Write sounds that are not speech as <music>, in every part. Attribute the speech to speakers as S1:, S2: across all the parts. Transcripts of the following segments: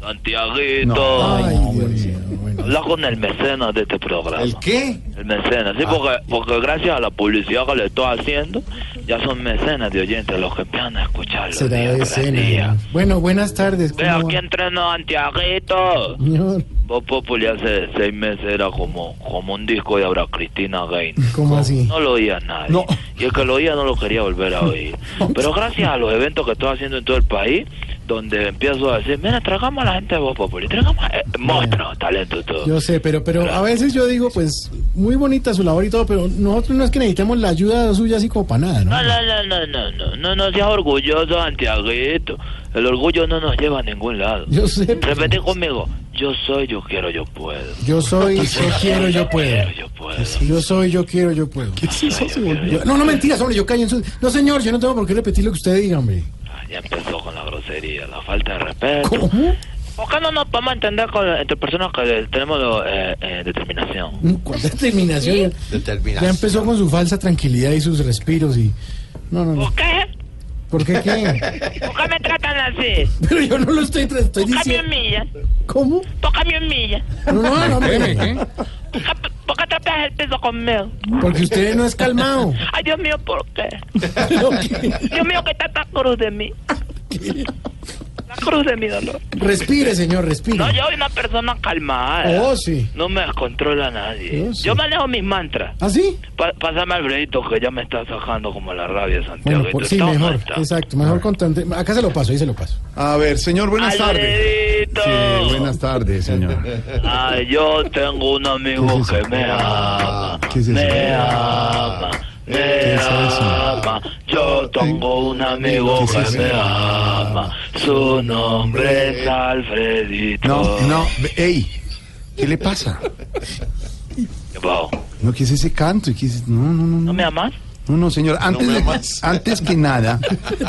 S1: Santiaguito,
S2: Ay, Dios mío, bueno.
S1: habla con el mecenas de este programa.
S2: ¿El Ah. qué?
S1: El mecenas, sí, porque, porque gracias a la publicidad que le estoy haciendo, ya son mecenas de oyentes los que empiezan a escucharlo.
S2: Será
S1: día
S2: de
S1: tras
S2: cena.
S1: día.
S2: Bueno, buenas tardes.
S1: Ve
S2: ¿cómo
S1: aquí
S2: va?
S1: entrenó Santiaguito.
S2: Señor,
S1: Vos Populi hace seis meses era como, como un disco de Aura Cristina Gain.
S2: ¿cómo así?
S1: No lo oía nadie.
S2: No.
S1: Y el que lo oía no lo quería volver
S2: <laughs>
S1: a oír. Pero gracias a los eventos que estoy haciendo en todo el país, donde empiezo a decir, mira, tragamos a la gente de Voz Populi, tragamos eh, monstruos, talento y todo.
S2: Yo sé, pero, pero a veces yo digo, pues, muy bonita su labor y todo, pero nosotros no es que necesitemos la ayuda suya así como para nada, ¿no?
S1: No, no, no, no, no, no, no, no seas orgulloso, Santiaguito. El orgullo no nos lleva a ningún lado.
S2: Yo sé. pues. pero-
S1: Repete conmigo, yo soy, yo quiero, yo puedo.
S2: Yo soy, yo quiero, yo puedo.
S1: Quiero, yo puedo.
S2: Yo soy, yo quiero, yo puedo. Yo- no, no, mentiras, hombre, yo callo en su... No, señor, yo no tengo por qué repetir lo que usted diga, hombre.
S1: Ah, Ya empezó con la grosería, la falta de respeto.
S2: ¿Cómo?
S1: ¿Por qué no nos podemos entender con, entre personas que tenemos eh, eh, determinación?
S2: Con determinación. Ya
S3: Determinación.
S2: empezó con su falsa tranquilidad y sus respiros y... No, no, no.
S1: ¿Por qué?
S2: ¿Por qué qué?
S1: ¿Por qué me tratan así?
S2: <laughs> Pero yo no lo estoy, tra- estoy
S1: ¿Por qué me
S2: diciendo...
S1: humillan?
S2: ¿Cómo?
S1: ¿Por qué me humillan?
S2: No, no, no, hombre.
S1: ¿Por qué, por qué trapeas el piso conmigo?
S2: Porque usted no es calmado.
S1: Ay, Dios mío, ¿por qué? Dios mío, que está tan cruz de
S2: <laughs>
S1: mí. La cruz de mi dolor.
S2: Respire, señor, respire.
S1: No, yo soy una persona calmada.
S2: Oh, sí.
S1: No me descontrola nadie.
S2: Yo sí.
S1: Yo manejo mis mantras.
S2: ¿Ah, sí?
S1: Pa- pásame al breito que ya me está sacando como la rabia, Santiago.
S2: Bueno, por,
S3: pues
S2: sí,
S1: ¿Dónde
S2: mejor.
S1: está?
S2: Exacto, mejor contante. Acá se lo paso, ahí se lo paso.
S3: A ver, señor, buenas tardes.
S1: Alfredito.
S3: Sí, buenas
S1: <laughs>
S3: tardes, señor.
S1: Ay, yo tengo un amigo
S3: ¿Qué es
S1: que
S3: eso?
S1: me ama,
S3: ¿Qué es eso?
S1: me ama, me
S3: es eso?
S1: ama. Yo tengo un amigo
S3: ¿Qué es
S1: que me
S3: eso?
S1: ama, su nombre es Alfredito.
S3: No, no, ey, ¿qué le pasa?
S1: Wow.
S3: No, ¿qué es ese canto? ¿Qué es- No, no, no,
S1: ¿No
S3: no,
S1: me amas?
S3: no, no, señor. Antes, de- antes que nada,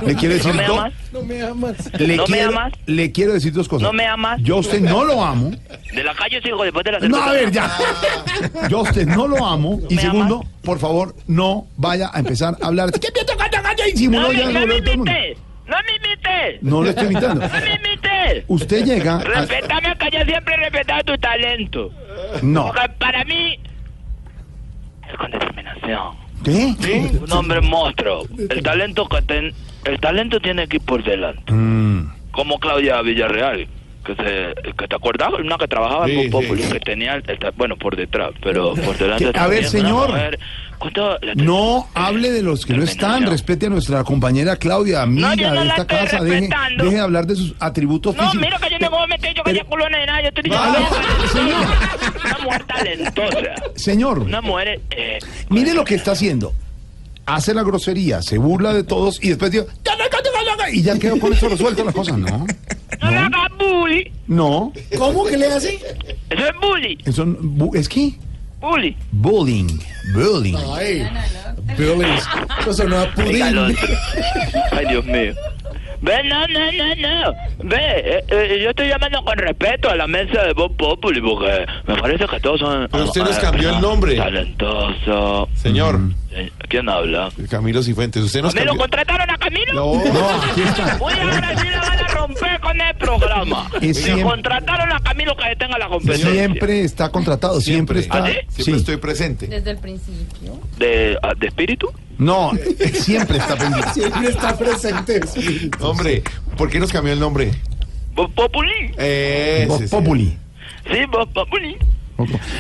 S3: le quiero decir
S1: ¿No me
S3: do-
S1: amas?
S2: No me <laughs> amas.
S3: le
S1: ¿No me
S3: quiero,
S1: amas?
S3: le quiero decir dos cosas.
S1: ¿No me amas?
S3: Yo a usted no lo amo.
S1: De la calle sigo después de la
S3: No,
S1: cerveza.
S3: a ver, ya. Yo a usted no lo amo. Y
S1: me
S3: segundo,
S1: amas?
S3: por favor, no vaya a empezar a hablar. ¿Qué piensa, calla, calla? Y si
S1: No,
S3: uno
S1: me-
S3: ya
S1: no
S3: no
S1: me
S3: lo- todo el mundo.
S1: imites, no me imites,
S3: No lo estoy imitando.
S1: no me imites.
S3: Usted llega. a-
S1: Respetame que yo siempre he respetado tu talento.
S3: No.
S1: Porque para mí es con determinación.
S3: ¿Qué?
S1: Un hombre monstruo. El talento que ten- el talento tiene que ir por delante.
S3: Mm.
S1: Como Claudia Villarreal, que se que te acuerdas, una que trabajaba en Voz Populi, que tenía el ta- bueno, por detrás, pero por delante
S3: Que- a
S1: también
S3: ver,
S1: una
S3: señor.
S1: mujer con todo- la-
S3: No hable de los que no están. Respete a nuestra compañera Claudia, amiga
S1: No, yo no
S3: de
S1: la
S3: esta
S1: estoy
S3: casa. Deje,
S1: respetando.
S3: deje de hablar de sus atributos
S1: No,
S3: físicos. Eh,
S1: mira que yo no me voy a meter yo que ya culo de nada, yo estoy diciendo una mujer talentosa.
S3: Señor,
S1: Una mujer eh,
S3: mire lo que está haciendo. Hace la grosería, se burla de todos y después dice. "Ya no, ya no, ya no", Y ya quedó con eso resuelto la cosa. No,
S1: no le hagas bully.
S3: no.
S2: ¿Cómo que le hace?
S1: Eso es bully.
S3: Eso no- bu- es que.
S1: Bully.
S3: Bullying. Bullying.
S2: Ay, Billy's. Eso sonó a
S1: Oiga, el
S2: pudín.
S1: otro. Ay, Dios mío. Ve, no, no, no, no. Ve, eh, eh, yo estoy llamando con respeto a la mesa de Bob Populi porque me parece que todos son.
S4: Pero usted nos
S1: ah,
S4: cambió el nombre.
S1: Talentoso.
S4: Señor,
S1: Eh, ¿Quién habla?
S4: Camilo Cifuentes, usted nos
S1: ¿Me lo
S4: cambió.
S1: contrataron a Camilo?
S4: No,
S3: No,
S1: <laughs>
S3: aquí está.
S1: Uy, ahora sí la van a romper con el programa.
S3: Y
S1: Me
S3: siempre-
S1: contrataron a Camilo que tenga la competencia.
S3: Siempre está contratado, siempre,
S4: Siempre.
S3: está.
S1: Pues ¿Ah,
S3: sí.
S4: siempre estoy presente.
S5: Desde el principio.
S1: ¿De, ah, de espíritu?
S3: No, eh, siempre está pendiente.
S2: <laughs> Siempre está presente. sí.
S4: Hombre, ¿por qué nos cambió el nombre?
S1: Bob Populi.
S4: Ese,
S3: Voz
S4: <laughs> sí.
S3: Populi.
S1: Sí, Bob Populi.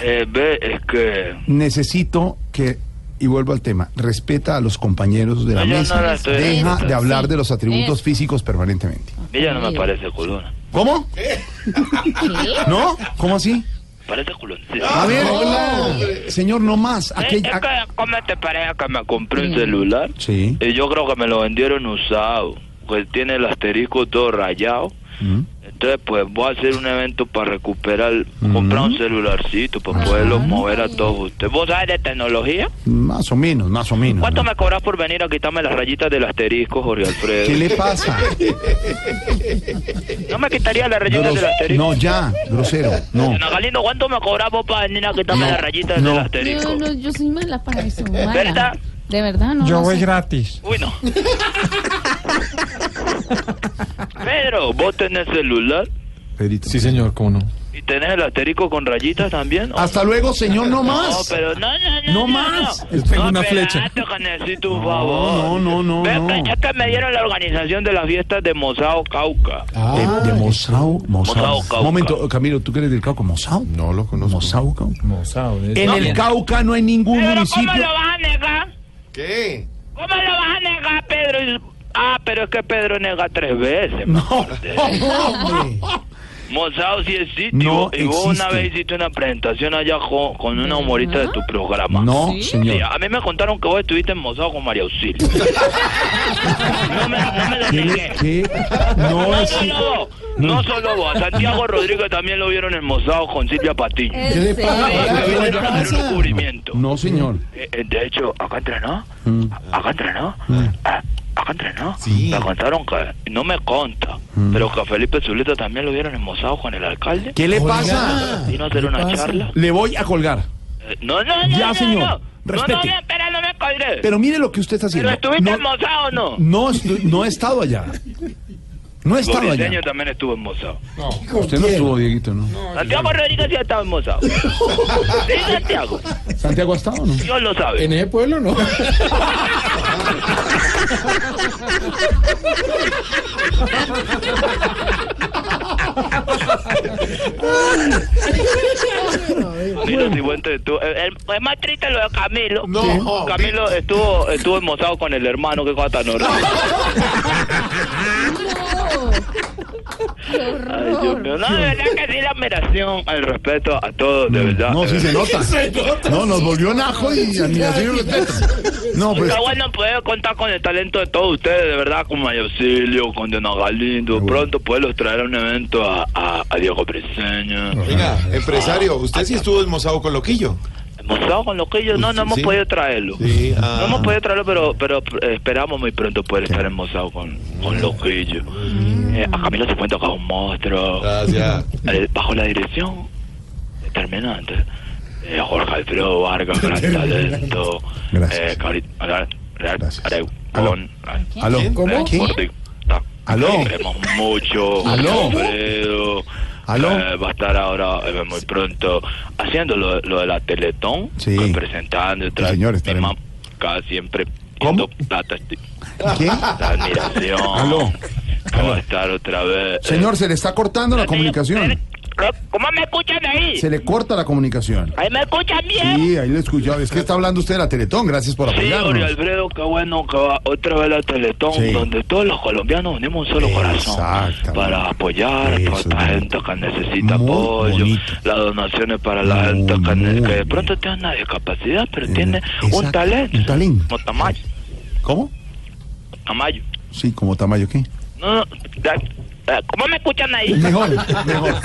S1: Eh, ve, es que.
S3: Necesito que, y vuelvo al tema, respeta a los compañeros de la
S1: No, yo no
S3: mesa.
S1: la estoy-
S3: deja de
S5: Eso,
S3: hablar
S5: sí.
S3: de los atributos
S5: Eso.
S3: físicos permanentemente.
S1: Ella no me parece culona.
S3: ¿Cómo? ¿No? ¿Cómo así?
S1: Parece culona. sí.
S3: A ver, señor, no más.
S1: Ah, Eh,
S3: Aquel-
S1: es
S3: a-
S1: que, ¿cómo te parece que me compré un celular?
S3: Sí. ¿Mm?
S1: Y yo creo que me lo vendieron usado. Pues tiene el asterisco todo rayado. Entonces, pues voy a hacer un evento para recuperar, comprar un celularcito para poderlo mover a todos ustedes. ¿Vos sabes de tecnología?
S3: Más o menos, más o menos.
S1: ¿Cuánto
S3: ¿no?
S1: me cobras por venir a quitarme las rayitas del asterisco, Jorge Alfredo?
S3: ¿Qué le
S1: <laughs>
S3: pasa?
S1: No me quitaría las rayitas
S3: Gros-
S1: del asterisco.
S3: No, ya, grosero. No.
S1: Ana Galindo, ¿cuánto me cobras vos para venir a quitarme
S3: No,
S1: las rayitas
S3: no.
S1: del
S5: No,
S1: asterisco?
S5: no, yo soy mala para eso. mala.
S1: ¿Verdad?
S5: De verdad, no.
S6: Yo
S5: no
S6: voy
S5: sé.
S6: gratis.
S1: Uy, no. Pedro, ¿vos tenés celular?
S6: Sí, señor, cómo no.
S1: ¿Y tenés el asterisco con rayitas también?
S3: Hasta luego, señor, Ah, no
S1: No,
S3: más.
S1: pero no, no, no.
S6: No más.
S1: No,
S6: Les pego
S1: No,
S6: una
S1: espera,
S6: flecha.
S1: te que necesito un favor.
S3: no, no, no,
S1: Ve,
S3: no.
S1: ve, Es que me dieron la organización de las fiestas de Mosao Cauca.
S3: Eh, De, de Mosao, Mosao.
S1: Mosao, Cauca.
S3: Momento, Camilo, ¿tú crees del Cauca? ¿Mosao?
S4: No lo conozco.
S3: Mosao, Cauca.
S6: No sabe.
S3: En el Cauca no hay ningún
S1: Pedro, ¿cómo
S3: municipio.
S1: lo vas a negar?
S4: ¿Qué?
S1: ¿Cómo lo vas a negar, Pedro? Y- Ah, pero es que Pedro nega tres veces.
S3: No,
S1: Mosao sí existe. y
S3: No
S1: vos- y vos una
S3: existe.
S1: vez hiciste una presentación allá con, con una humorista de tu programa.
S3: no,
S1: Sí,
S3: señor.
S1: a mí me contaron que vos estuviste en Mosao con María Auxilio. <laughs> no, me, no me lo
S3: ¿Qué le-
S1: negué.
S3: qué? No
S1: No
S3: es.
S1: solo vos, no solo vos, a Santiago Rodríguez también lo vieron en Mosao con Silvia Patiño.
S3: Eh,
S5: ¿En
S2: le pasa?
S5: serio?
S1: Que
S2: ¿Qué le
S1: vinieron a hacer un
S2: pasa?
S1: cubrimiento.
S3: No, señor.
S1: Eh, eh, De hecho, acá entrenó,
S3: Mm.
S1: acá entrenó, Ah, acá entrenó.
S4: Sí.
S1: Me contaron que, no me conta, pero que a Felipe Zuleta también lo vieron en Mosao con el alcalde.
S3: Mm. ¿Qué le
S2: Oiga.
S3: pasa?
S1: Vino a hacer
S2: ¿Qué
S1: una
S2: pasa?
S1: charla.
S3: Le voy a colgar.
S1: Eh, No, no, no,
S3: Ya,
S1: no,
S3: señor.
S1: no. No, no,
S3: Respete.
S1: no, espera, no me colgué.
S3: Pero mire lo que usted está
S1: ¿Pero
S3: haciendo.
S1: estuviste
S3: No,
S1: en Mosao o no?
S3: no, estu- no he estado allá. No he estado allá.
S1: diseño también estuvo en Mosao.
S3: Usted no estuvo, Dieguito, ¿no?
S1: Santiago Rodríguez ya estaba en Mosao.
S3: <laughs>
S1: Sí, Santiago.
S3: ¿Santiago ha estado o no?
S1: Dios lo sabe.
S2: En ese pueblo no.
S1: Mira, si cuente tú. eh, eh, Es más triste lo de Camilo.
S4: No.
S1: Camilo estuvo, estuvo en Mosao con el hermano, qué cosa tan horrible. Ay, Dios mío. No, de verdad que sí, la admiración, el respeto a todos, de verdad.
S3: Mm. No,
S1: de
S3: sí
S1: verdad.
S3: se nota. No, nos volvió najo y admiración y respeto. No, pues, pero
S1: Está bueno poder contar con el talento de todos ustedes, de verdad, con Mayocilio, con Diana Galindo. Pronto poderlos traer a un evento a, a, a Diego Briseño.
S4: Oiga, empresario, usted sí estuvo en Mosado con Loquillo.
S1: Mosado con los que ellos no, no hemos
S4: Sí.
S1: podido traerlo.
S4: Sí, ah.
S1: No hemos podido traerlo, pero, pero eh, esperamos muy pronto poder estar en Mosado con, con los que ellos. Eh, a Camilo se cuenta que es un
S4: Ah,
S1: monstruo.
S4: Gracias.
S1: Eh, bajo la dirección determinante. Eh, Jorge Alfredo
S3: <laughs>
S1: Vargas, gran talento.
S3: Gracias.
S1: Eh, Cari- Ara- Ara-
S3: Gracias.
S1: Aragón, Ara-
S3: Aló.
S2: ¿Cómo?
S3: ¿Qué?
S1: Ortiz. Ta-
S3: Aló.
S1: Queremos mucho.
S3: <laughs> Aló.
S1: Alfredo.
S3: Aló.
S1: Eh, va a estar ahora eh, muy pronto haciendo lo, lo de la Teletón.
S3: Sí.
S1: eh, Presentando. tra-
S3: señor,
S1: mi
S3: estaremos.
S1: mam- cada siempre. dando
S3: ¿Cómo?
S1: plata, este-
S3: ¿Qué?
S1: La admiración.
S3: Aló.
S1: Va a estar otra vez. eh,
S3: Señor, se le está cortando la comunicación.
S1: ¿Cómo me escuchan ahí?
S3: Se le corta la comunicación.
S1: Ahí me escuchan bien.
S3: Sí, ahí le escuchaba. Es que está hablando usted de la Teletón. Gracias por
S1: Sí, Jorge
S3: apoyarnos.
S1: Alfredo, qué bueno que va otra vez la Teletón,
S3: Sí.
S1: donde todos los colombianos unimos un solo corazón
S3: Exactamente.
S1: para apoyar
S3: Eso
S1: a toda esta
S3: es
S1: gente que necesita
S3: muy
S1: apoyo,
S3: bonito.
S1: las donaciones para la
S3: Muy,
S1: gente que, ne-
S3: muy
S1: que de pronto
S3: bien.
S1: tiene una discapacidad, pero tiene
S3: Eh, exacto,
S1: un talento.
S3: un talento.
S1: Como Tamayo.
S3: ¿Cómo?
S1: Tamayo.
S3: Sí, como Tamayo,
S1: <laughs>
S3: ¿qué?
S1: No, no, da- da- ¿Cómo me escuchan ahí?
S3: Mejor, mejor.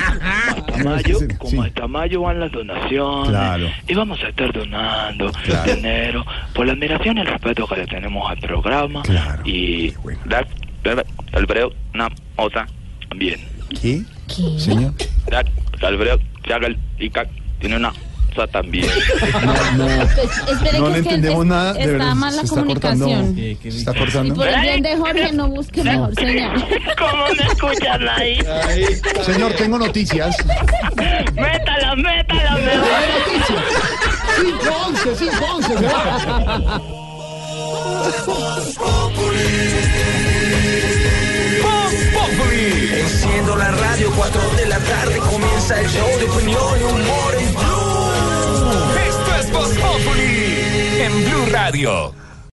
S1: Tamayo,
S3: <laughs> Sí,
S1: como
S3: sí.
S1: a Tamayo van las donaciones
S3: Claro.
S1: y vamos a estar donando
S3: Claro.
S1: dinero por la admiración y el respeto que le tenemos al programa
S3: Claro.
S1: y
S3: Qué bueno.
S1: dar dar al breo una otra también
S3: ¿Qué? Señor.
S1: dar al breo se haga el ICAC tiene una osa también
S3: No, no.
S5: Pues, Espere
S3: No
S5: que
S3: le
S5: es que
S3: entendemos
S5: es-
S3: nada. de
S5: Está
S3: verdad,
S5: mal la
S3: se está cortando.
S5: comunicación.
S6: Sí, qué
S3: Se está
S5: Y
S3: cortando.
S5: por el bien de Jorge, no busque mejor señal.
S1: ¿Cómo me escuchan ahí?
S3: Señor, tengo noticias.
S1: Métala, métala, métala.
S3: 5, 11, 5, 11. se va.
S7: Enciendo la radio, 4 de la tarde comienza el show de opinión y humor en Blue. Esto es Voz Populi en Blue Radio.